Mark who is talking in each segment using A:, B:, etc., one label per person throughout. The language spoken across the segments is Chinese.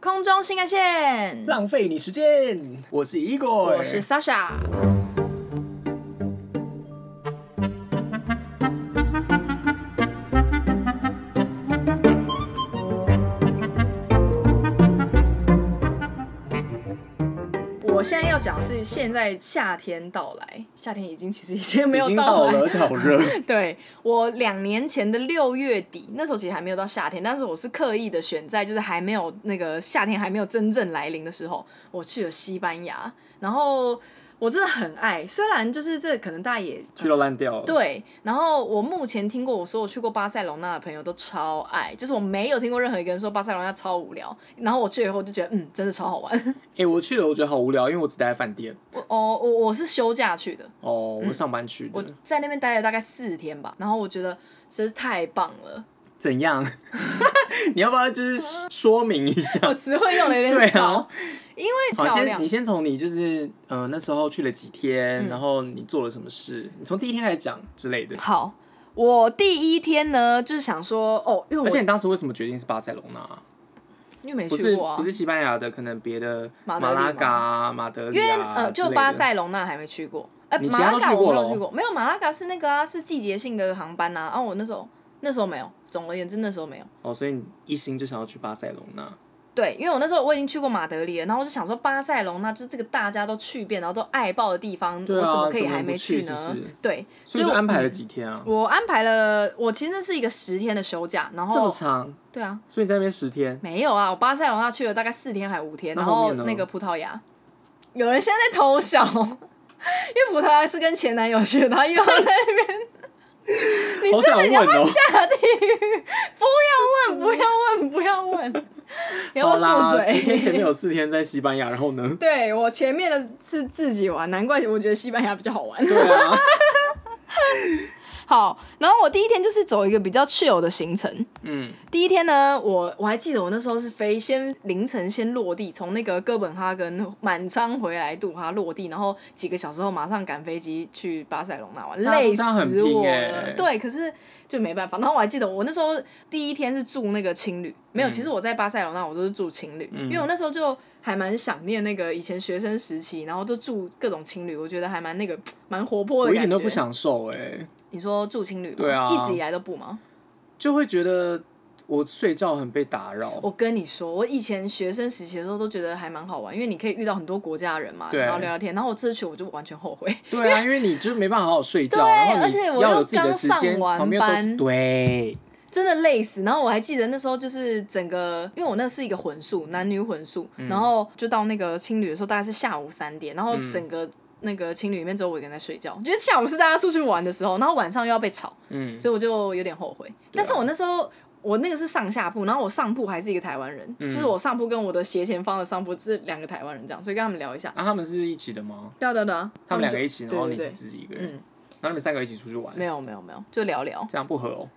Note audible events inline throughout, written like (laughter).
A: 空中新干线，
B: 浪费你时间。我是 Igor，
A: 我是 Sasha。我现在要讲的是现在夏天到来，夏天已经其实已经没
B: 已
A: 有
B: 经
A: 到
B: 到
A: 来
B: 了，而且
A: (laughs)
B: 好热。
A: 对我两年前的六月底，那时候其实还没有到夏天，但是我是刻意的选在就是还没有那个夏天还没有真正来临的时候，我去了西班牙，然后我真的很爱，虽然就是这可能大家也
B: 去到烂掉了。，
A: 对，然后我目前听过我所有去过巴塞隆纳的朋友都超爱，就是我没有听过任何一个人说巴塞隆纳超无聊，然后我去了以后就觉得嗯，真的超好玩。 (laughs)
B: 哎、我去了，我觉得好无聊，因为我只待在饭店。
A: 我哦，我我是休假去的，
B: 哦，我上班去的。
A: 嗯我在那边待了大概四天吧，然后我觉得实在是太棒了。(laughs)
B: 怎样？你要不要就是说明一下？
A: (laughs) 我词汇用的有
B: 对
A: 点
B: 啊
A: 少，因为
B: 好，
A: 漂
B: 先
A: 亮
B: 你。先从你就是嗯、呃那时候去了几
A: 嗯
B: 天，然后你做了什么事，你从第一天开始讲之类的。
A: 好，我第一天呢，就是想说，哦，因为我
B: 而且你当时为什么决定是巴塞隆纳啊？
A: 因为没
B: 不
A: 去
B: 是
A: 过啊
B: 不，是西班牙的，可能别的
A: 马德里吗
B: 马拉嘎啊、马德里
A: 因为
B: 啊
A: 呃，
B: 之
A: 就
B: 类
A: 巴
B: 的
A: 塞隆那还没去过，哎、
B: 你其
A: 马
B: 他
A: 拉
B: 都
A: 嘎
B: 去
A: 我
B: 过
A: 没
B: 咯
A: 有去过，没有马拉嘎是那个啊，是季节性的航班呐、啊，啊，我那时候那时候没有，总而言之那时候没有。
B: 哦，所以你一心就想要去巴塞隆纳。
A: 对，因为我那时候我已经去过马德里了，然后我就想说巴塞隆那就是这个大家都去遍，然后都爱爆的地方，
B: 对啊
A: 我怎么可以
B: 怎么
A: 还
B: 不
A: 没
B: 去
A: 呢？
B: 是不是
A: 对，
B: 所以
A: 我
B: 就安排了几天啊？
A: 我安排了，我其实那是一个十天的休假，然
B: 这么
A: 后
B: 长，
A: 对啊，
B: 所以你在那边十天，
A: 没有啊，我巴塞罗那去了大概四天还五天，
B: 那
A: 然
B: 后
A: 后
B: 面呢
A: 那个葡萄牙，有人现在在偷笑，因为葡萄牙是跟前男友去的，他又要在那边，你
B: 好
A: 真的
B: 想问
A: 你要不要
B: 哦。
A: 下地狱？不要问，不要问，不要
B: (laughs)
A: 问，你要
B: 好
A: 不要
B: 啦，十
A: 住
B: 天前面
A: 嘴？？
B: 有四天在西班牙，然后
A: (laughs)
B: 呢
A: 对我前面的是自己玩，难怪我觉得西班牙比较好玩。
B: 对啊，
A: 好，然后我第一天就是走一个比较 chill 的行程， (laughs)
B: 嗯，
A: 第一天呢，我我还记得我那时候是飞先凌晨先落地，从那个哥本哈根满仓回来杜哈落地，然后几个小时后马上赶飞机去巴塞隆那玩，
B: 那
A: 累
B: 这样很
A: 死
B: 拼
A: 我
B: 欸
A: 了。对，可是就没办法。然后我还记得我那时候第一天是住那个青旅，没有，其实我在巴塞隆那我都是住青旅，因为我那时候就还蛮想念那个以前学生时期，然后都住各种青旅，我觉得还蛮那个蛮活泼
B: 我
A: 的
B: 一
A: 感
B: 点
A: 觉。
B: 都不享受哎，
A: 你说住青旅吗？
B: 对啊
A: 一直以来都不吗？
B: 就会觉得我睡觉很被打扰。
A: 我跟你说，我以前学生时期的时候都觉得还蛮好玩，因为你可以遇到很多国家的人嘛，
B: 对
A: 然后聊聊天。然后我这次去我就完全后悔，
B: 对啊，因为你就没办法好好睡觉，
A: 对
B: 然后
A: 而
B: 你
A: 且我
B: 要
A: 又
B: 有自己的
A: 刚
B: 时
A: 上
B: 间，
A: 完
B: 旁边都是
A: 班
B: 对，
A: 真的累死。然后我还记得那时候就是整个，因为我那是一个混宿，男女混宿，
B: 嗯
A: 然后就到那个青旅的时候大概是下午三点，然后
B: 嗯
A: 整个那个青旅里面只有我一个人在睡觉，我觉得下午是大家出去玩的时候，然后晚上又要被吵，
B: 嗯，啊
A: 所以我就有点后悔。但是我那时候。我那个是上下铺，然后我上铺还是一个台湾人，就是
B: 嗯
A: 我上铺跟我的斜前方的上铺是两个台湾人这样，所以跟他们聊一下，
B: 啊，他们是一起的吗？
A: 对啊对啊对啊，
B: 他们两个
A: 就
B: 一起，然后
A: 对
B: 你
A: 对对
B: 是
A: 嗯
B: 自己一个人，然后你们三个一起出去玩，
A: 没有没有没有，就聊聊，
B: 这样不合哦。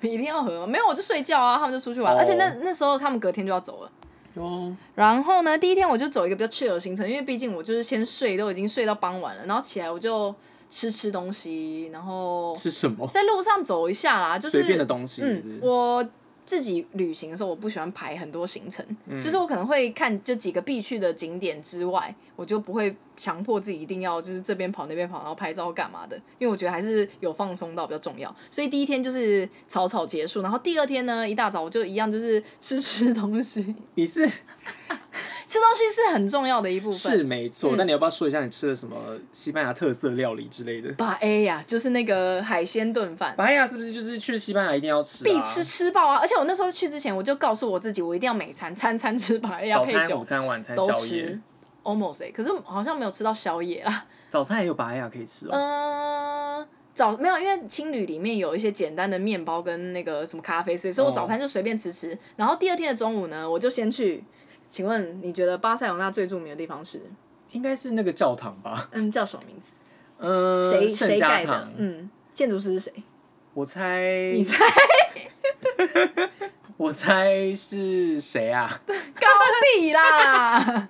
A: 一定要和吗没有我就睡觉啊，他们就出去玩，
B: 哦
A: 而且那那时候他们隔天就要走了。
B: 哟，
A: 然后呢，第一天我就走一个比较 chill 的行程，因为毕竟我就是先睡，都已经睡到傍晚了，然后起来我就吃吃东西，然后
B: 是什么？
A: 在路上走一下啦，就是
B: (laughs) 随便的东西是不
A: 嗯
B: 是，？
A: 我自己旅行的时候，我不喜欢排很多行程，
B: 嗯
A: 就是我可能会看就几个必去的景点之外，我就不会强迫自己一定要就是这边跑那边跑，然后拍照干嘛的，因为我觉得还是有放松到比较重要。所以第一天就是草草结束，然后第二天呢，一大早我就一样就是吃吃东西，
B: 你是
A: 吃东西是很重要的一部分。嗯
B: 是没错，但你要不要说一下你吃了什么西班牙特色料理之类的？
A: 把 A 呀，就是那个海鲜炖饭。
B: 白牙是不啊是就是去西班牙一定要吃、啊？
A: 必吃吃爆啊！而且我那时候去之前，我就告诉我自己，我一定要每餐餐餐吃白呀，
B: 早
A: 配
B: 餐、
A: 酒
B: 午餐、晚餐、
A: 都
B: 宵夜
A: 吃。，almost 欸可是好像没有吃到宵夜啦。
B: 早餐也有白牙可以吃哦。
A: 嗯、早没有，因为青旅里面有一些简单的面包跟那个什么咖啡，所以
B: 哦
A: 所以我早餐就随便吃吃。然后第二天的中午呢，我就先去。请问你觉得巴塞罗那最著名的地方是？
B: 应该是那个教堂吧？
A: 嗯，叫什么名字？
B: 嗯，
A: 谁
B: 圣
A: 谁
B: 家
A: 盖的
B: 堂？？
A: 嗯，建筑师是谁？
B: 我猜，
A: 你
B: (laughs)
A: 猜
B: 我猜是谁啊？
A: 高地啦。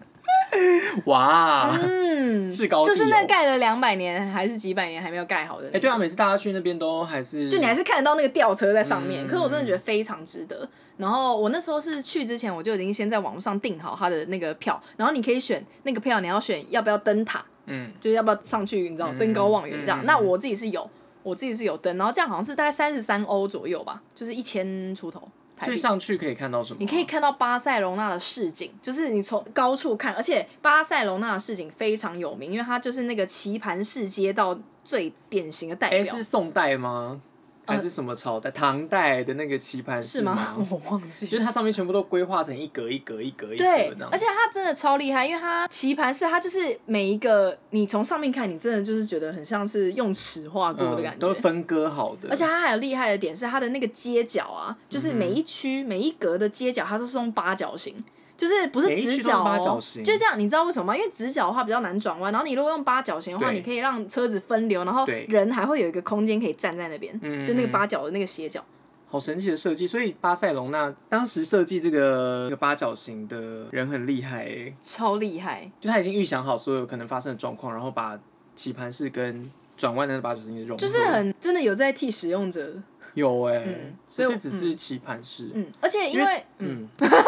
B: 哇，
A: 嗯，
B: 制高地
A: (laughs)
B: 哦
A: 就是那盖了两百年还是几百年还没有盖好的那
B: 哎，对啊，每次大家去那边都还是
A: 就你还是看得到那个吊车在上面。
B: 嗯
A: 可是我真的觉得非常值得。然后我那时候是去之前，我就已经先在网络上订好它的那个票，然后你可以选那个票，你要选要不要登塔，
B: 嗯
A: 就是要不要上去，你知道登高望远这样。
B: 嗯嗯
A: 那我自己是有，我自己是有登，然后这样好像是大概三十三欧左右吧，就是一千出头台
B: 所以
A: 币。
B: 上去可以看到什么？
A: 你可以看到巴塞隆纳的市景，就是你从高处看，而且巴塞隆纳的市景非常有名，因为它就是那个棋盘式街道最典型的代
B: 哎
A: 表。呃
B: 是宋代吗？还是什么朝代？唐代的那个棋盘
A: 是
B: 吗
A: 吗？？ (laughs) 我忘记
B: 就是它上面全部都规划成一格一格一格一格
A: 对
B: 这样，，
A: 而且它真的超厉害，因为它棋盘式，它就是每一个你从上面看，你真的就是觉得很像是用尺画过的感
B: 嗯
A: 觉。
B: 都是分割好的，
A: 而且它还有厉害的点是，它的那个街角啊，就是
B: 嗯
A: 每一区、每一格的街角，它都是用八角形，就是不是直角、
B: 每一区都是八角
A: 哦，
B: 形
A: 就这样。你知道为什么吗？因为直角的话比较难转弯，然后你如果用八角形的话，
B: 对
A: 你可以让车子分流，然后
B: 对
A: 人还会有一个空间可以站在那边，
B: 嗯
A: 就那个
B: 嗯
A: 八角的那个斜角。
B: 好神奇的设计，所以巴塞隆纳当时设计这个这个八角形的人很厉害、欸，
A: 超厉害，
B: 就他已经预想好所有可能发生的状况，然后把棋盘式跟转弯的那八角形融合，
A: 就是很真的有在替使用者，
B: 有哎、
A: 嗯所
B: 所
A: 以
B: 以
A: 我
B: 只是棋盘式，
A: 嗯，而且因
B: 因为
A: 为嗯
B: 嗯， (laughs)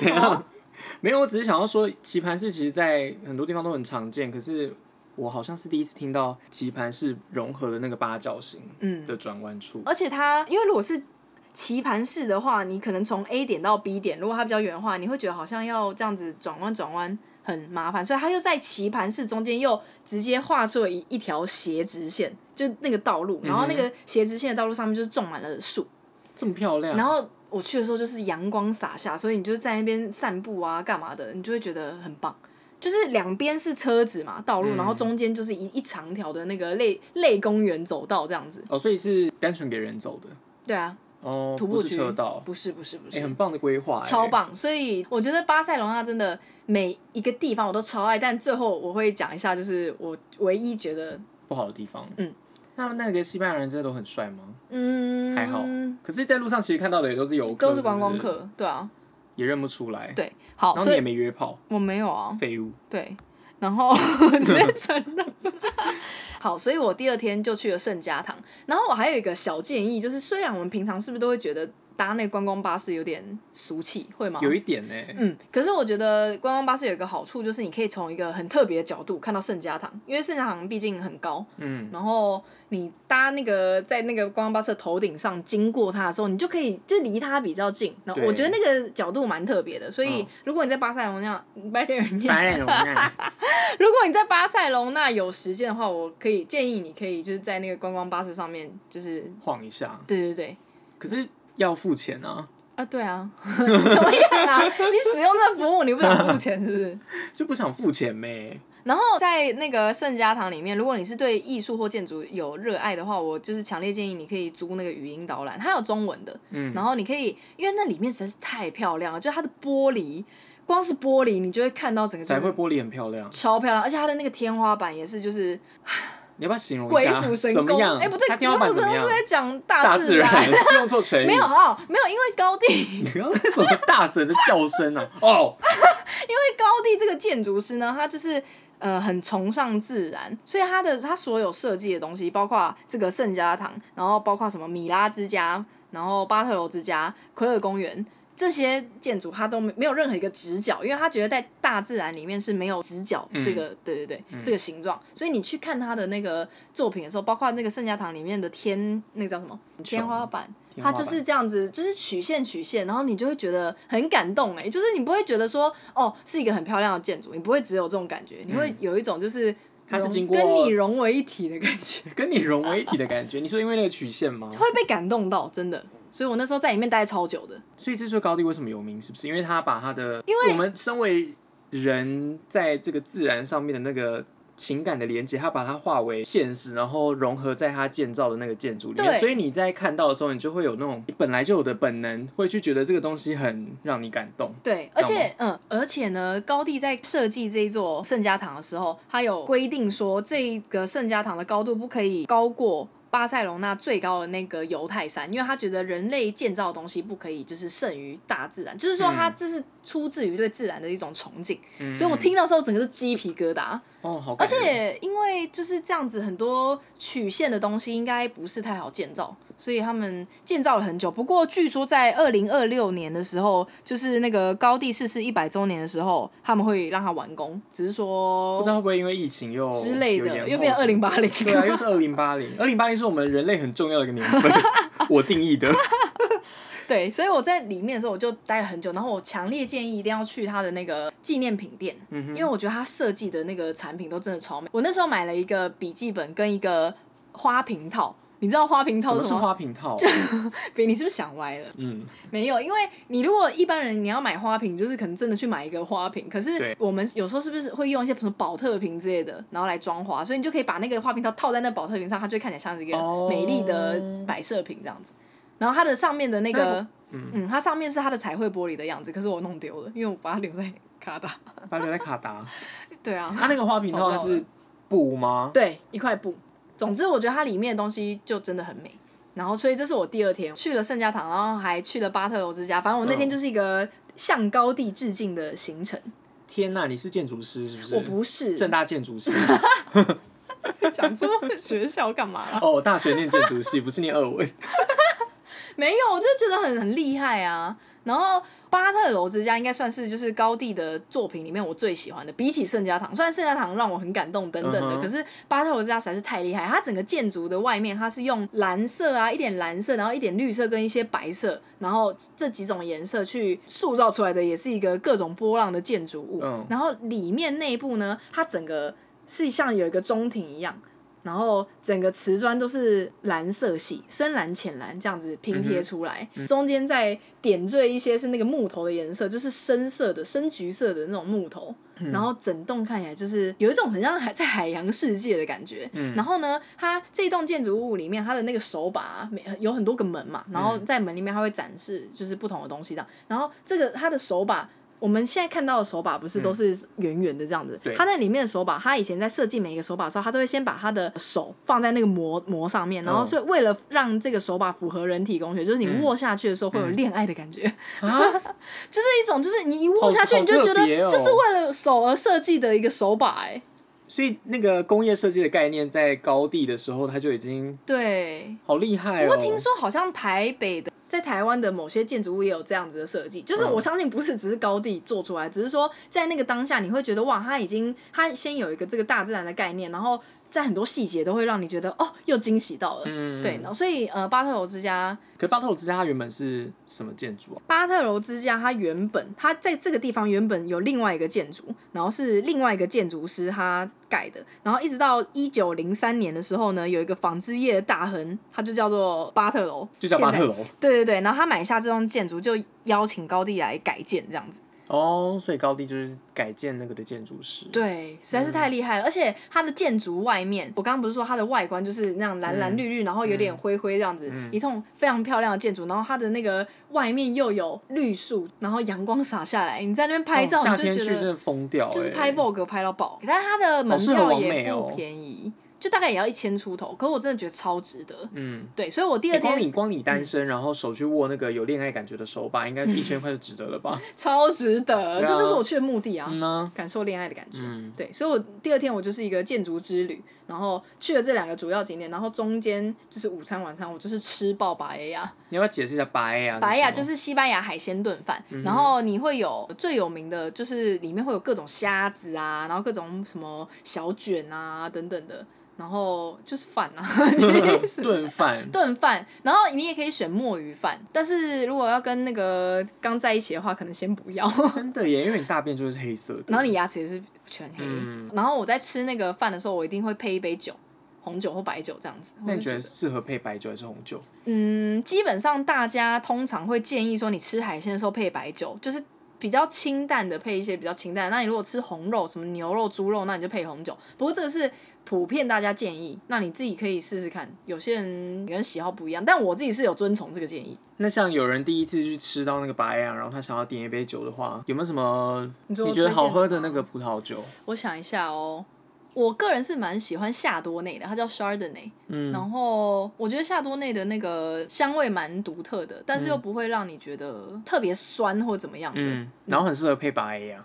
B: 怎样？没有，我只是想要说，棋盘式其实在很多地方都很常见，可是我好像是第一次听到棋盘式融合的那个八角形
A: 嗯，
B: 的转弯处，
A: 而且它因为如果是棋盘式的话，你可能从 A 点到 B 点，如果它比较远的话，你会觉得好像要这样子转弯转弯很麻烦，所以它又在棋盘式中间又直接画出了一一条斜直线，就那个道路，然后那个斜直线的道路上面就是种满了树，
B: 这么漂亮，
A: 然后。我去的时候就是阳光洒下，所以你就在那边散步啊，干嘛的，你就会觉得很棒。就是两边是车子嘛，道路，
B: 嗯
A: 然后中间就是一一长条的那个类类公园走道这样子。
B: 哦，所以是单纯给人走的。
A: 对啊，
B: 哦，
A: 徒
B: 不
A: 步
B: 是
A: 区
B: 车道，
A: 不是不是不
B: 哎、
A: 是，
B: 很棒的规划、欸，
A: 超。棒！所以我觉得巴塞罗那真的每一个地方我都超爱，但最后我会讲一下，就是我唯一觉得，
B: 不好的地方，
A: 嗯，
B: 那那个西班牙人真的都很帅吗？
A: 嗯，
B: 还好，可是，在路上其实看到的也都是游客，
A: 都是观光
B: 不是，
A: 客，对啊，
B: 也认不出来。，
A: 对，好，
B: 然
A: 所
B: 后你也
A: 以
B: 没约炮，
A: 我没有啊，
B: 废物。
A: 对，然后 (laughs) 直接承认。好，所以我第二天就去了圣家堂。然后我还有一个小建议，就是虽然我们平常是不是都会觉得搭那观光巴士有点俗气，会吗？
B: 有一点欸呢、
A: 嗯，可是我觉得观光巴士有一个好处，就是你可以从一个很特别的角度看到圣家堂，因为圣家堂毕竟很高，
B: 嗯，
A: 然后你搭那个在那个观光巴士的头顶上经过它的时候，你就可以就离它比较近。然后
B: 对
A: 我觉得那个角度蛮特别的，所以
B: 嗯
A: 如果你在巴塞隆那，巴塞隆那，
B: 白人容纳，
A: 如果你在巴塞隆那有时间的话，我可以建议你可以就是在那个观光巴士上面，就是
B: 晃一下，
A: 对对对。
B: 可是要付钱啊，
A: 啊，对啊， (laughs) 怎么样啊？你使用这服务，你不想付钱是不是？
B: 就不想付钱呗。
A: 然后在那个圣家堂里面，如果你是对艺术或建筑有热爱的话，我就是强烈建议你可以租那个语音导览，它有中文的，
B: 嗯，
A: 然后你可以，因为那里面实在是太漂亮了，就它的玻璃，光是玻璃你就会看到整个就
B: 彩绘
A: 是
B: 玻璃很漂亮，
A: 超漂亮，而且它的那个天花板也是就是
B: 你要不要形容一
A: 鬼
B: 下？
A: 斧神
B: 怎么
A: 工，
B: 样？
A: 哎、不对，
B: 它天
A: 鬼
B: 花板
A: 斧
B: 怎
A: 神
B: 么
A: 工是
B: 样？
A: 在讲
B: 大
A: 自
B: 然， (laughs) 用错成语。
A: 没有，哦，没有，因为高地，
B: 你刚刚什么大神的叫声啊？哦，
A: 因为高地这个建筑师呢，他就是呃很崇尚自然，所以他的他所有设计的东西，包括这个圣家堂，然后包括什么米拉之家，然后巴特罗之家、奎尔公园。这些建筑它都没没有任何一个直角，因为他觉得在大自然里面是没有直角
B: 嗯
A: 这个，对对对，这个形状。所以你去看他的那个作品的时候，包括那个圣家堂里面的天，那个叫什么天花板，
B: 天花
A: 它
B: 板
A: 就是这样子，就是曲线曲线，然后你就会觉得很感动哎、就是你不会觉得说哦是一个很漂亮的建筑，你不会只有这种感觉，你会有一种就是
B: 它是
A: 融
B: 经过
A: 跟你融为一体的感觉， (laughs)
B: 跟你融为一体的感觉。你说因为那个曲线吗？
A: 会被感动到，真的。所以我那时候在里面待超久的，
B: 所以这座高地为什么有名？是不是因为他把他的，因为我们身为人在这个自然上面的那个情感的连接，他把它化为现实，然后融合在他建造的那个建筑里面。
A: 对
B: 所以你在看到的时候，你就会有那种你本来就有的本能，会去觉得这个东西很让你感动。
A: 对，而且嗯，而且呢，高地在设计这一座圣家堂的时候，它有规定说这个圣家堂的高度不可以高过。巴塞隆纳最高的那个犹太山，因为他觉得人类建造的东西不可以就是胜于大自然，就是说他
B: 嗯
A: 这是出自于对自然的一种崇敬，
B: 嗯
A: 所以我听到之后整个是鸡皮疙瘩。
B: 哦，好
A: 而
B: 感人，
A: 且因为就是这样子，很多曲线的东西应该不是太好建造，所以他们建造了很久。不过据说在二零二六年的时候，就是那个高地逝世一百周年的时候，他们会让它完工，只是
B: 不
A: 说
B: 知道会不会因为疫情又
A: 之类
B: 有延
A: 的，
B: 后
A: 又变二零八零。
B: 对啊，又是二零八零，二零八零是我们人类很重要的一个年份，我定义的。
A: (laughs) 对，所以我在里面的时候，我就待了很久。然后我强烈建议一定要去它的那个纪念品店，
B: 嗯
A: 因为我觉得它设计的那个产品都真的超美。我那时候买了一个笔记本跟一个花瓶套，你知道花瓶
B: 什
A: 套
B: 么
A: 是
B: 是
A: 什么？
B: 花瓶套？
A: 比你是不是想歪了？
B: 嗯，
A: 没有，因为你如果一般人你要买花瓶，就是可能真的去买一个花瓶。可是
B: 对
A: 我们有时候是不是会用一些什么保特瓶之类的，然后来装花？所以你就可以把那个花瓶套套在那保特瓶上，它就会看起来像是一个
B: 哦
A: 美丽的摆设瓶这样子。然后它的上面的那个，
B: 嗯
A: 嗯，它上面是它的彩绘玻璃的样子，可是我弄丢了，因为我把它留在卡达。
B: 把它留在卡达。
A: 对
B: (laughs)
A: 啊，
B: 它那个花瓶套它
A: 找到了
B: 是布吗？
A: 对，一块布。总之，我觉得它里面的东西就真的很美。然后，所以这是我第二天去了圣家堂，然后还去了巴特罗之家。反正我那天
B: 嗯
A: 就是一个向高地致敬的行程。
B: 天呐，你是建筑师是不是？
A: 我不是
B: 正大建
A: (laughs)
B: 筑师。
A: 讲这么学校干嘛啊啦？
B: 哦，我大学念建筑系，不是念二文。
A: (laughs) 没有，我就觉得很很厉害啊。然后巴特罗之家应该算是就是高地的作品里面我最喜欢的，比起圣家堂，虽然圣家堂让我很感动等等的，
B: 嗯哼
A: 可是巴特罗之家实在是太厉害。它整个建筑的外面它是用蓝色啊，一点蓝色，然后一点绿色跟一些白色，然后这几种颜色去塑造出来的，也是一个各种波浪的建筑物。
B: 嗯
A: 然后里面内部呢，它整个是像有一个中庭一样。然后整个瓷砖都是蓝色系，深蓝、浅蓝这样子拼贴出来，中间再点缀一些是那个木头的颜色，就是深色的、深橘色的那种木头。然后整栋看起来就是有一种很像海在海洋世界的感觉。
B: 嗯
A: 然后呢，它这栋建筑物里面，它的那个手把啊、每有很多个门嘛，然后在门里面它会展示就是不同的东西这
B: 嗯
A: 样。然后这个它的手把。我们现在看到的手把不是都是圆圆的这样子，
B: 嗯对
A: 它那里面的手把，它以前在设计每一个手把的时候，它都会先把它的手放在那个膜膜上面，然后
B: 嗯
A: 所以为了让这个手把符合人体工学，就是你
B: 嗯
A: 握下去的时候会有
B: 嗯
A: 恋爱的感觉，
B: 啊，
A: (laughs) 就是一种就是你一握下去
B: 好
A: 你就觉得
B: 好特别哦
A: 这是为了手而设计的一个手把、哎，
B: 所以那个工业设计的概念在高地的时候，它就已经
A: 对。
B: 好厉害
A: 不
B: 哦。
A: 过听说好像台北的，在台湾的某些建筑物也有这样子的设计，就是
B: 嗯
A: 我相信不是只是高地做出来，只是说在那个当下你会觉得哇，它已经它先有一个这个大自然的概念，然后在很多细节都会让你觉得哦，又惊喜到了。
B: 嗯，嗯，嗯
A: 对，然后所以呃，巴特罗之家，
B: 可是巴特鲁之家它原本是什么建筑啊？
A: 巴特罗之家，它原本它在这个地方原本有另外一个建筑，然后是另外一个建筑师他盖的，然后一直到一九零三年的时候呢，有一个纺织业的大亨，他就叫做巴特罗，
B: 就叫巴
A: 现
B: 特
A: 在。
B: 楼
A: 对对对，然后他买下这栋建筑，就邀请高地来改建这样子。
B: 哦，所以高地就是改建那个的建筑师。，
A: 对，实在是太厉害了，而且它的建筑外面，我刚刚不是说它的外观就是那样蓝蓝绿绿，然后有点灰灰这样子，
B: 嗯
A: 一通非常漂亮的建筑，然后它的那个外面又有绿树，然后阳光洒下来，你在那边拍照
B: 哦、夏
A: 你
B: 天
A: 就
B: 去
A: 觉
B: 真
A: 得
B: 的疯掉、欸，
A: 就是拍 Vogue 拍到爆，但是它的门
B: 好适合
A: 票
B: 完美
A: 也
B: 哦
A: 不便宜，就大概也要一千出头，可我真的觉得超值得。
B: 嗯。
A: 对，所以我第
B: 欸
A: 二
B: 光
A: 天嗯
B: 你光你单身，然后手去握那个有恋爱感觉的手把，应该一千块就值得了吧？
A: 超值得，
B: 对啊
A: 这就是我去的目的啊。
B: 嗯呢、
A: 感受恋爱的感觉。
B: 嗯
A: 对，所以我第二天我就是一个建筑之旅，然后去了这两个主要景点，然后中间就是午餐晚餐，我就是吃爆白呀，
B: 你要不要解释一下白呀？
A: 白呀就是是西班牙海鲜炖饭，然后你会有最有名的就是里面会有各种虾子啊，然后各种什么小卷啊等等的，然后就是饭啊， (laughs)
B: (laughs) 什么炖饭，
A: 炖饭，然后你也可以选墨鱼饭，但是如果要跟那个刚在一起的话，可能先不要。
B: 真的耶，因为你大便就是黑色的。
A: 哦然后你牙齿也是全黑。
B: 嗯
A: 然后我在吃那个饭的时候，我一定会配一杯酒，红酒或白酒这样子。
B: 那
A: 我
B: 你
A: 就
B: 觉
A: 觉
B: 得适合配白酒还是红酒？
A: 嗯，基本上大家通常会建议说，你吃海鲜的时候配白酒，就是比较清淡的配一些比较清淡的。那你如果吃红肉，什么牛肉、猪肉，那你就配红酒。不过这个是普遍大家建议，那你自己可以试试看。有些人每个人喜好不一样，但我自己是有遵从这个建议。
B: 那像有人第一次去吃到那个白呀，然后他想要点一杯酒的话，有没有什么
A: 你说
B: 觉得好喝的
A: 推荐的吗
B: 那个葡萄酒？
A: 我想一下哦，我个人是蛮喜欢夏多内的，它叫 Chardonnay，、
B: 嗯
A: 然后我觉得夏多内的那个香味蛮独特的，但是又不会让你觉得特别酸或怎么样的。
B: 嗯，然后很适合配白 A 啊，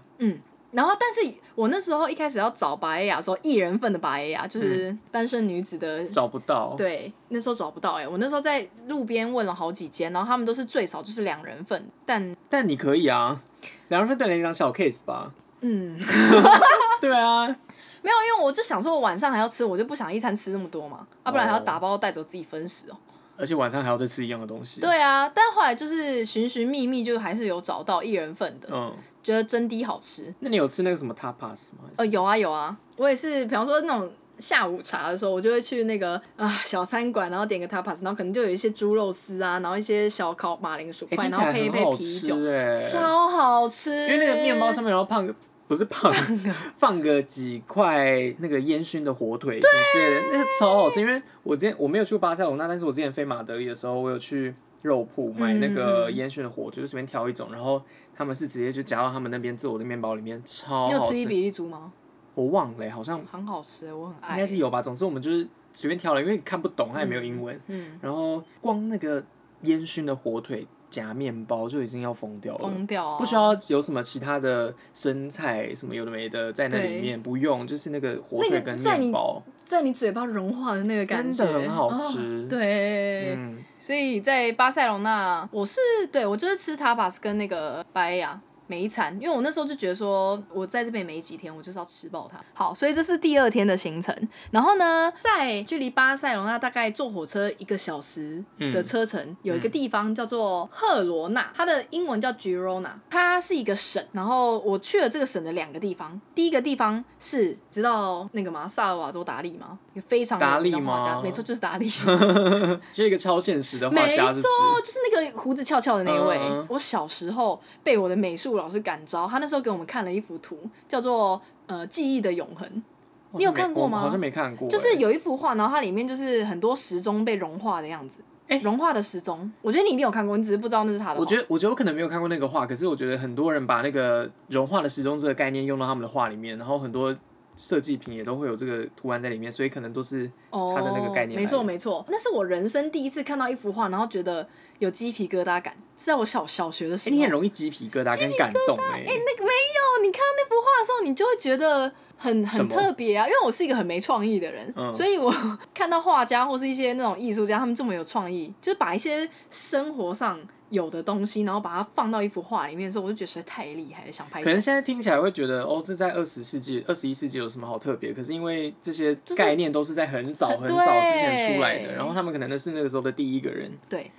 A: 然后，但是我那时候一开始要找白雅的时候，一人份的白雅就是单身女子的
B: 嗯找不到，
A: 对，那时候找不到哎、我那时候在路边问了好几间，然后他们都是最少就是两人份，但
B: 但你可以啊，两人份带来一张小 case 吧，
A: 嗯， (laughs)
B: 对啊，
A: 没有，因为我就想说我晚上还要吃，我就不想一餐吃那么多嘛，啊要、不然还要
B: 哦
A: 打包带走自己分食哦。
B: 而且晚上还要再吃一样的东西，，
A: 对啊，但后来就是寻寻觅觅，就还是有找到一人份的，
B: 嗯，
A: 觉得真的好吃。
B: 那你有吃那个什么 tapas 吗？
A: 呃，有啊有啊，我也是，比方说那种下午茶的时候，我就会去那个啊小餐馆，然后点个 tapas，然后可能就有一些猪肉丝啊，然后一些小烤马铃薯
B: 哎、
A: 块，然
B: 听起
A: 后
B: 来
A: 配一
B: 很
A: 杯
B: 好
A: 啤酒，
B: 吃哎、
A: 超好吃。
B: 因为那个面包上面然后胖个不是
A: (laughs)
B: 胖
A: 个
B: 放个几块那个烟熏的火腿什么之类的，那个超好吃。因为我之前我没有去过巴塞罗那，但是我之前飞马德里的时候，我有去肉铺买那个
A: 嗯
B: 烟熏的火腿，就随便挑一种，然后他们是直接就夹到他们那边自我的面包里面，超
A: 你有
B: 好
A: 吃伊
B: 吃。
A: 比利猪吗？
B: 我忘了、好像应
A: 很好吃，我很爱。
B: 该是有吧。总之我们就是随便挑了，因为看不懂，它也没有英文。
A: 嗯，
B: 然后光那个烟熏的火腿夹面包就已经要疯掉了。
A: 疯掉、啊，
B: 哦不需要有什么其他的生菜什么有的没的在那里面，不用，就是那个火腿
A: 那
B: 跟
A: 个在你
B: 面包，
A: 在你嘴巴融化的那个感觉，
B: 真的很好吃
A: 哦对，
B: 嗯， (laughs)
A: 所以在巴塞隆那，我是对我就是吃 tapas 跟那个白呀每一餐，因为我那时候就觉得说，我在这边没几天，我就是要吃爆它。好，所以这是第二天的行程。然后呢，在距离巴塞隆那大概坐火车一个小时的车程，
B: 嗯
A: 有一个地方叫做赫罗纳，它的英文叫 Girona，它是一个省。然后我去了这个省的两个地方，第一个地方是知道那个吗？萨尔瓦多达利吗？一个非常有
B: 达利
A: 名的画家
B: 吗
A: 没错，就是达利。
B: 就一个超现实的画
A: 没
B: 家，
A: 错
B: 是不，是？
A: 就是那个胡子翘翘的那一位。
B: 嗯
A: 我小时候被我的美术老师感召，他那时候给我们看了一幅图，叫做呃《记忆的永恒》，你有看过吗
B: 我好像没看过、
A: 就是
B: 欸
A: 有一幅画，然后它里面就是很多时钟被融化的样子。
B: 哎
A: 融化的时钟，我觉得你一定有看过，你只是不知道那是他的画。
B: 我觉得，我觉得我可能没有看过那个画，可是我觉得很多人把那个融化的时钟这个概念用到他们的画里面，然后很多设计品也都会有这个图案在里面，所以可能都是
A: 哦，
B: 他的那个概念来
A: 没错
B: 源
A: 没错，那是我人生第一次看到一幅画，然后觉得有鸡皮疙瘩感，是在我小小学的时
B: 哎、
A: 候。
B: 你很容易鸡皮疙瘩跟感动哎、
A: 那个没有，你看到那幅画的时候，你就会觉得很
B: 什
A: 很
B: 么
A: 特别啊，因为我是一个很没创意的人，
B: 嗯
A: 所以我 (laughs) 看到画家或是一些那种艺术家，他们这么有创意，就是把一些生活上有的东西，然后把它放到一幅画里面的时候，我就觉得实在太厉害了，想拍
B: 可
A: 手
B: 能。现在听起来会觉得，哦，这在二十世纪、二十一世纪有什么好特别？可是因为这些
A: 是
B: 概念都是在很早、
A: 很
B: 很早之前
A: 对
B: 出来的，然后他们可能都是那个时候的第一个人，
A: 对，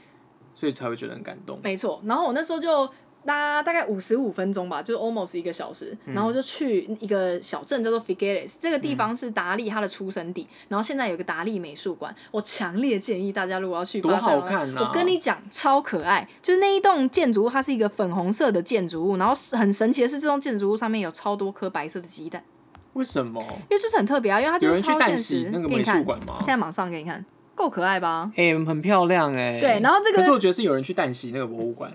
B: 所以才会觉得很感动。
A: 没错。然后我那时候就拉大概五十五分钟吧，就是 almost 一个小时，然后就去一个小镇叫做 Figueres，这个地方是达利他的出生地，然后现在有个达利美术馆，我强烈建议大家如果要去
B: 多
A: 巴塞罗那，
B: 好看啊
A: 我跟你讲，超可爱，就是那一栋建筑物，它是一个粉红色的建筑物，然后很神奇的是，这栋建筑物上面有超多颗白色的鸡蛋，
B: 为什么？
A: 因为就是很特别啊，因为它就
B: 有
A: 是
B: 人去
A: 超
B: 淡
A: 现实
B: 喜。那个
A: 给
B: 美
A: 你
B: 术
A: 看，
B: 馆吗
A: 现？在马上给你看，够可爱吧？
B: 哎、很漂亮哎、
A: 对然后这个
B: 可是我觉得是有人去淡喜那个博物
A: (laughs)
B: 馆，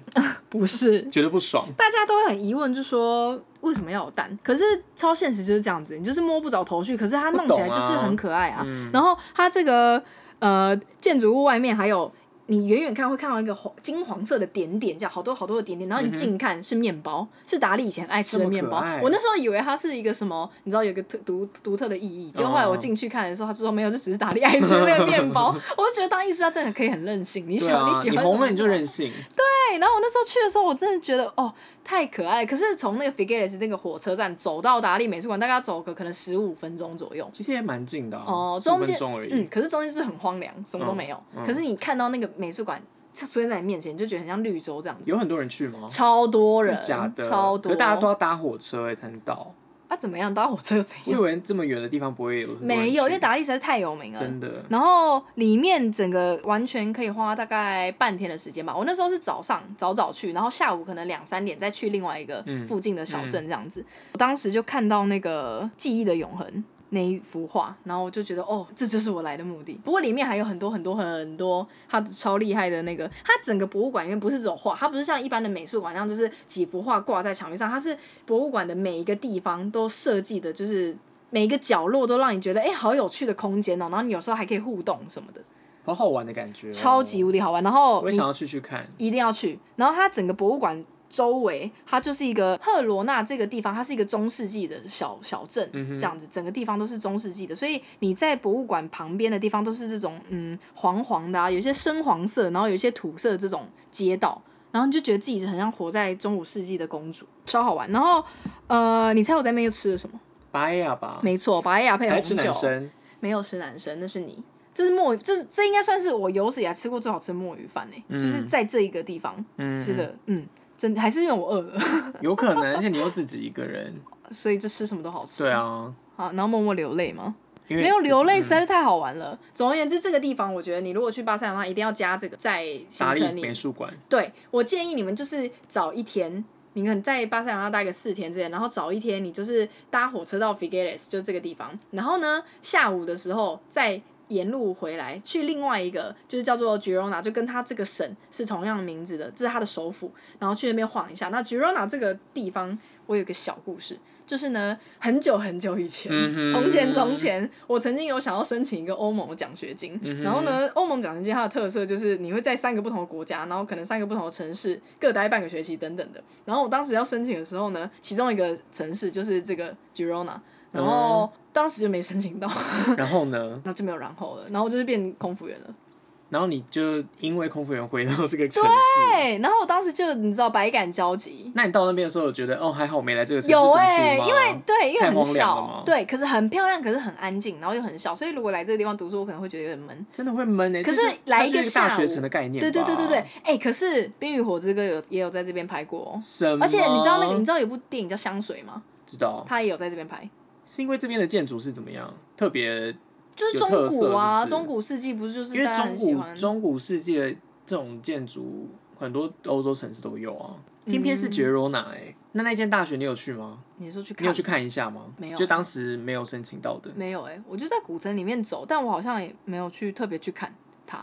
A: 不是，
B: 觉得不爽。
A: 大家都会很疑问，就说为什么要有蛋？可是超现实就是这样子，你就是摸不着头绪。可是它弄起来就是很可爱啊。
B: 嗯，
A: 然后它这个呃建筑物外面还有，你远远看会看到一个黄金黄色的点点，这样好多好多的点点。然后你近看是面包，是达利以前爱吃的面包
B: 哦这么可爱。
A: 我那时候以为它是一个什么，你知道有一个特独独特的意义。结果后来我进去看的时候，他说没有，这只是达利爱吃的那个面
B: (laughs)
A: 包。我就觉得当艺术家真的可以很任性，你
B: 对
A: 想、
B: 啊，
A: 喜
B: 你
A: 欢
B: 红
A: 什么
B: 了你就
A: 玩
B: 任性，
A: 对，然后我那时候去的时候，我真的觉得哦，太可爱。可是从那个 Figueres 那个火车站走到达利美术馆，大概要走个可能十五分钟左右。
B: 其实也蛮近的啊
A: 哦，
B: 十五
A: 中
B: 分
A: 间
B: 钟而已。
A: 嗯，可是中间就是很荒凉，什么都没有。
B: 嗯嗯
A: 可是你看到那个美术馆它出现在你面前，你就觉得很像绿洲这样子，
B: 有很多人去吗？
A: 超多人，
B: 假的，
A: 超多。
B: 可是大家都要搭火车哎、才能到。
A: 啊，怎么样？搭火车又怎
B: 我以
A: 样？
B: 为这么远的地方不会有很多人
A: 没有，
B: 去
A: 因为达利实在太有名了，
B: 真的，
A: 然后里面整个完全可以花大概半天的时间吧。我那时候是早上早早去，然后下午可能两三点再去另外一个
B: 嗯
A: 附近的小镇这样子。我当时就看到那个《记忆的永恒》那一幅画，然后我就觉得哦，这就是我来的目的。不过里面还有很多很多很多它超厉害的那个，它整个博物馆里面不是只有画，它不是像一般的美术馆那样就是几幅画挂在墙壁上，它是博物馆的每一个地方都设计的，就是每一个角落都让你觉得哎、好有趣的空间哦、然后你有时候还可以互动什么的，
B: 好好玩的感觉、哦
A: 超级，无敌好玩。然后
B: 我也
A: 你
B: 想要去去看。
A: 一定要去。然后它整个博物馆周围，它就是一个赫罗纳这个地方，它是一个中世纪的小小镇，
B: 嗯哼
A: 这样子，整个地方都是中世纪的。所以你在博物馆旁边的地方都是这种嗯黄黄的啊，有些深黄色，然后有些土色这种街道。然后你就觉得自己是很像活在中古世纪的公主，超好玩。然后，呃，你猜我在那边又吃了什么？
B: 白呀啊吧，
A: 没错，巴亚配
B: 还
A: 红
B: 吃
A: 酒。
B: 男生，
A: 没有吃男生，那是你。这是墨鱼，这是这应该算是我有史以来吃过最好吃的墨鱼饭诶、
B: 嗯
A: 就是在这一个地方
B: 嗯
A: 吃的，嗯，真还是因为我饿了， (laughs)
B: 有可能，而且你又自己一个人。
A: 所以就吃什么都好吃。
B: 对，啊，
A: 好，然后默默流泪吗？
B: 因为
A: 没有流泪实
B: 嗯
A: 在是太好玩了。总而言之，这个地方我觉得你如果去巴塞罗那，一定要加这个在行
B: 达利
A: 程里
B: 美。术馆，
A: 对我建议你们就是找一天，你可能在巴塞罗那待个四天之类，然后找一天你就是搭火车到 Figueres，就这个地方，然后呢下午的时候再沿路回来去另外一个就是叫做 Girona，就跟它这个省是同样名字的，这是它的首府，然后去那边晃一下。那 Girona 这个地方，我有个小故事。就是呢，很久很久以前，
B: 嗯哼
A: 从前从前，我曾经有想要申请一个欧盟的奖学金，
B: 嗯哼
A: 然后呢，欧盟奖学金它的特色就是你会在三个不同的国家，然后可能三个不同的城市各待半个学期等等的。然后我当时要申请的时候呢，其中一个城市就是这个 Girona，然后当时就没申请到， (laughs)
B: 然后呢，
A: 那就没有然后了，然后我就是变空服员了。
B: 然后你就因为空服员回到这个城市，
A: 对，哎然后我当时就你知道百感交集，
B: 那你到那边的时候，有觉得哦，还好我没来这个城市
A: 有欸
B: 哎、
A: 因为对，因为
B: 太
A: 很
B: 荒凉了吗
A: 小，对，可是很漂亮，可是很安静，然后又很小，所以如果来这个地方读书，我可能会觉得有点闷。
B: 真的会闷哎、
A: 可是
B: 这就
A: 来
B: 它
A: 一
B: 就
A: 个
B: 是大
A: 下
B: 学
A: 午
B: 城的概念，
A: 对对对对对，，哎、可是《冰与火之歌有》也有在这边拍过哦。
B: 什么？
A: 而且你知道那个，你知道有部电影叫《香水》吗？
B: 知道
A: 它也有在这边拍，
B: 是因为这边的建筑是怎么样特别，
A: 就是
B: 有
A: 中
B: 特色
A: 古啊，
B: 是不是
A: 中古世纪不是就是
B: 因为
A: 大家
B: 中
A: 很喜
B: 古
A: 欢？
B: 中古世界的这种建筑，很多欧洲城市都有啊，偏偏
A: 嗯
B: 是 Girona 哎、那那间大学你有去吗？
A: 你说去看？
B: 你有去看一下吗？
A: 没有啊
B: 就当时没有申请到的。
A: 没有、哎，我就在古城里面走，但我好像也没有去特别去看它。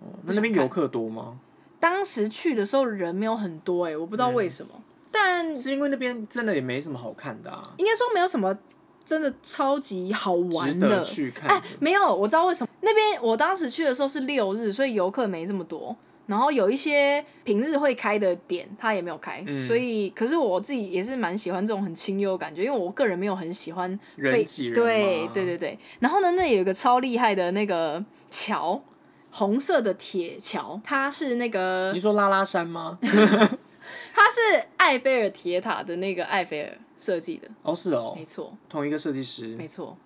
B: 哦
A: 不
B: 那
A: 想
B: 那边
A: 看
B: 游客多吗？
A: 当时去的时候人没有很多、哎，我不知道为什么，但
B: 是因为那边真的也没什么好看的啊，
A: 应该说没有什么真的超级好
B: 值
A: 玩
B: 得
A: 的。
B: 去看
A: 哎
B: 的。，
A: 没有，我知道为什么那边我当时去的时候是六日，所以游客没这么多。然后有一些平日会开的点，它也没有开，
B: 嗯
A: 所以可是我自己也是蛮喜欢这种很清幽的感觉，因为我个人没有很喜欢被
B: 人挤人
A: 对
B: 嘛
A: 对对对。然后呢，那里有一个超厉害的那个桥，红色的铁桥，它是那个
B: 你说拉拉山吗？
A: 它是埃菲尔铁塔的那个埃菲尔设计的，
B: 哦，是哦
A: 没，错。
B: 同一个设计师
A: 没。错，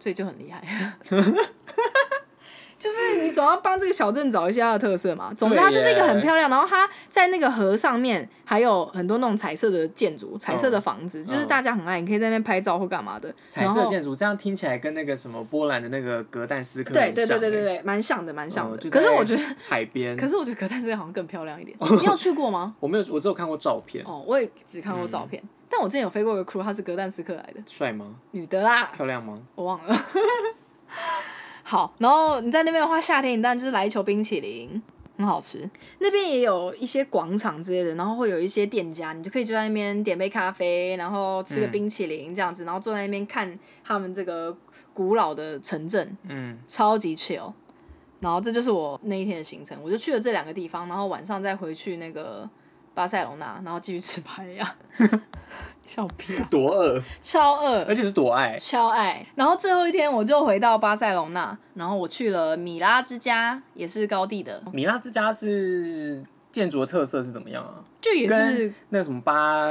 A: 所以就很厉害。 (laughs) 就是你总要帮这个小镇找一些它的特色嘛。总之，
B: 对
A: 它就是一个很
B: 耶
A: 漂亮，然后它在那个河上面还有很多那种彩色的建筑、彩色的
B: 嗯
A: 房子，就是
B: 嗯
A: 大家很爱，你可以在那边拍照或干嘛的。
B: 彩
A: 然
B: 色
A: 后
B: 建筑，这样听起来跟那个什么波兰的那个格但斯克
A: 对
B: 很
A: 对对
B: 像
A: 对对
B: 欸，
A: 对，蛮像的，蛮像
B: 嗯
A: 的。
B: 就
A: 可是
B: 在
A: 我觉得，
B: 海边，
A: 可是我觉得格但斯克好像更漂亮一点。
B: (laughs)
A: 你有去过吗？
B: 我没有，我只有看过照片，
A: 哦，我也只看过照
B: 嗯
A: 片，但我之前有飞过一个 crew，她是格但斯克来的，
B: 帅吗？
A: 女的啊啦。
B: 漂亮吗？
A: 我忘了。 (laughs) 好，然后你在那边的话，夏天你当然就是来一球冰淇淋，很好吃。那边也有一些广场之类的，然后会有一些店家，你就可以就在那边点杯咖啡，然后吃个
B: 嗯
A: 冰淇淋这样子，然后坐在那边看他们这个古老的城镇，
B: 嗯，
A: 超级 chill。然后这就是我那一天的行程，我就去了这两个地方，然后晚上再回去那个巴塞隆纳，然后继续吃 (laughs) 排呀，笑屁啊，
B: 多饿，
A: 超饿，
B: 而且是多爱，
A: 超爱。然后最后一天我就回到巴塞隆纳，然后我去了米拉之家，也是高地的，
B: 米拉之家是建筑的特色是怎么样啊？
A: 就也是
B: 跟那什么巴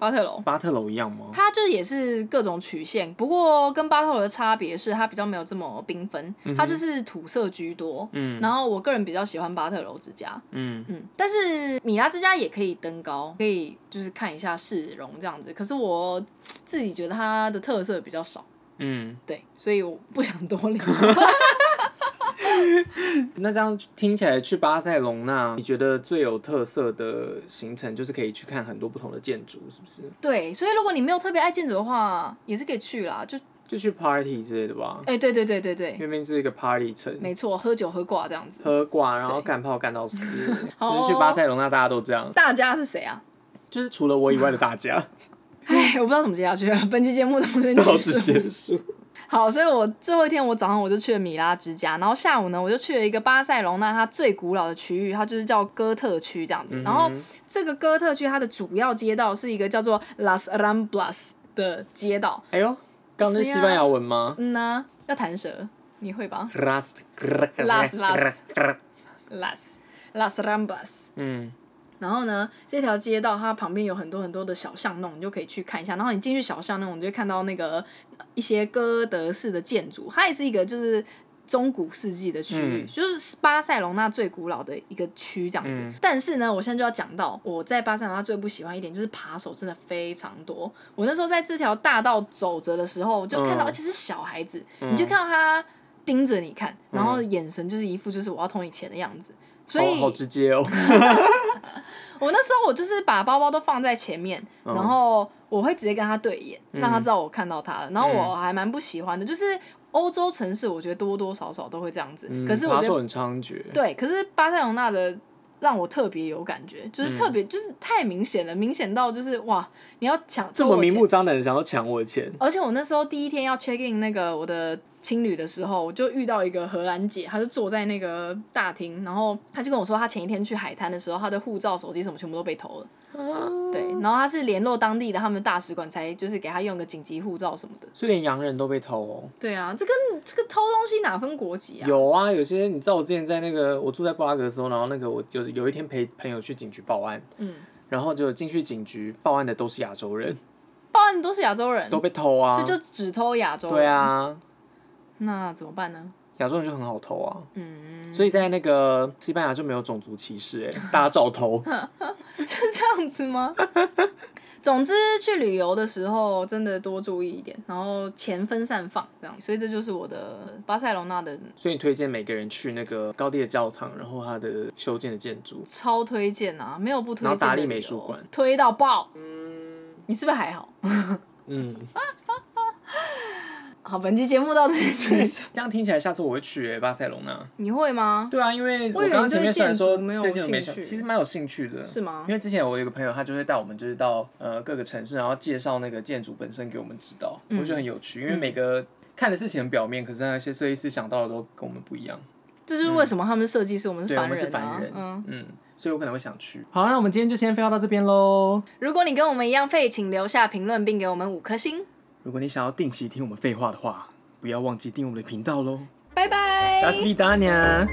A: 巴特楼。
B: 巴特楼一样吗？
A: 它就是也是各种曲线，不过跟巴特楼的差别是它比较没有这么缤纷，它就是土色居多。
B: 嗯
A: 然后我个人比较喜欢巴特楼之家，
B: 嗯，
A: 嗯，但是米拉之家也可以登高，可以就是看一下市容这样子。可是我自己觉得它的特色比较少，
B: 嗯，
A: 对，所以我不想多聊。
B: 那这样听起来，去巴塞隆那，你觉得最有特色的行程就是可以去看很多不同的建筑，是不是？
A: 对，所以如果你没有特别爱建筑的话，也是可以去啦。就
B: 就去 party 之类的吧，
A: 哎、对对对对对，
B: 那边是一个 party 城，
A: 没错，喝酒喝挂这样子。
B: 喝挂然后
A: 对
B: 干炮干到
A: (laughs)
B: 死，
A: 好
B: 就是去巴塞隆那大家都这样，
A: 大家是谁啊？哦哎
B: 就是除了我以外的大家。
A: 我不知道怎么接下去了。本期节目到这边
B: (laughs) 到
A: 结
B: 此
A: 束。
B: 结束。
A: 好，所以我最后一天，我早上我就去了米拉之家，然后下午呢，我就去了一个巴塞隆纳它最古老的区域，它就是叫哥特区这样子。然后
B: 嗯
A: 这个哥特区它的主要街道是一个叫做 Las Ramblas 的街道。
B: 哎呦，刚刚那是西班牙文吗
A: 嗯呢、要弹舌，你会吧
B: ？Last
A: Las-
B: (laughs) last
A: las？Las Las Ramblas。
B: 嗯，
A: 然后呢，这条街道它旁边有很多很多的小巷弄，你就可以去看一下。然后你进去小巷弄，你就会看到那个呃一些哥德式的建筑，它也是一个就是中古世纪的区域，
B: 嗯
A: 就是巴塞隆纳最古老的一个区这样子。
B: 嗯
A: 但是呢，我现在就要讲到我在巴塞隆纳最不喜欢一点就是扒手真的非常多。我那时候在这条大道走着的时候，就看到、
B: 嗯
A: 而且是小孩子，
B: 嗯
A: 你就看到他盯着你看，然后
B: 嗯
A: 眼神就是一副就是我要偷你钱的样子。所
B: 好
A: 以
B: 好直接
A: (laughs)
B: 哦。
A: 我那时候我就是把包包都放在前面，
B: 嗯
A: 然后我会直接跟他对眼，
B: 嗯
A: 让他知道我看到他了。然后我还蛮不喜欢的，就是欧洲城市，我觉得多多少少都会这样子。
B: 嗯
A: 可是我
B: 扒
A: 觉
B: 手
A: 得
B: 很猖獗。
A: 对，可是巴塞隆纳的让我特别有感觉，就是
B: 嗯
A: 特别、就是太明显了，明显到就是哇，你要抢
B: 这
A: 偷
B: 么
A: 我
B: 明
A: 钱
B: 目张胆的想要抢我的钱，
A: 而且我那时候第一天要 check in 那个我的青旅的时候，我就遇到一个荷兰姐，她就坐在那个大厅，然后她就跟我说，她前一天去海滩的时候，她的护照、手机什么全部都被偷了。
B: 哦
A: 对，然后她是联络当地的他们大使馆，才就是给她用个紧急护照什么的。
B: 所以连洋人都被偷哦。
A: 对啊，这跟这个偷东西哪分国籍啊？
B: 有啊，有些你知道我之前在那个我住在布拉格的时候，然后那个我有有一天陪朋友去警局报案，
A: 嗯，
B: 然后就进去警局报案的都是亚洲人，
A: 报案都是亚洲人，
B: 都被偷
A: 嗯
B: 啊。
A: 所以就只偷亚洲人。
B: 对，啊，
A: 那怎么办呢？
B: 亚洲人就很好偷啊。
A: 嗯，
B: 所以在那个西班牙就没有种族歧视、欸，大家照偷。
A: 是 (laughs) 这样子吗？总之，去旅游的时候真的多注意一点，然后钱分散放这样，所以这就是我的巴塞隆纳的
B: 所以你推荐每个人去那个高地的教堂，然后它的修建的建筑。
A: 超推荐啊，没有不推荐的
B: 然后
A: 理由。
B: 达利美术馆
A: 推到爆，你是不是还好？
B: 嗯，
A: 好，本期节目到这里结束，
B: (laughs) 这样听起来，下次我会去、欸、巴塞隆纳。
A: (laughs) 你会吗？
B: 对啊，因为
A: 我以为
B: 刚刚前面虽然
A: 你对
B: 说
A: 建筑没有
B: 对建筑没
A: 兴趣
B: 其实蛮有兴趣的。
A: 是吗
B: 因为之前我有一个朋友，他就会带我们就是到呃各个城市，然后介绍那个建筑本身给我们知道，我
A: 嗯
B: 觉得很有趣，因为每个。看的事情很表面，可是那些设计师想到的都跟我们不一样。
A: 这就是为什么他们设计师我们是
B: 对，我
A: 凡
B: 们是
A: 人
B: 凡
A: 啊
B: 人。。
A: 嗯，
B: 嗯，所以我可能会想去。好，那我们今天就先飞到这边喽。
A: 如果你跟我们一样废，请留下评论并给我们五颗星，
B: 如果你想要定期听我们废话的话，不要忘记订我们的频道喽。
A: 拜拜。
B: 达斯皮达尼亚。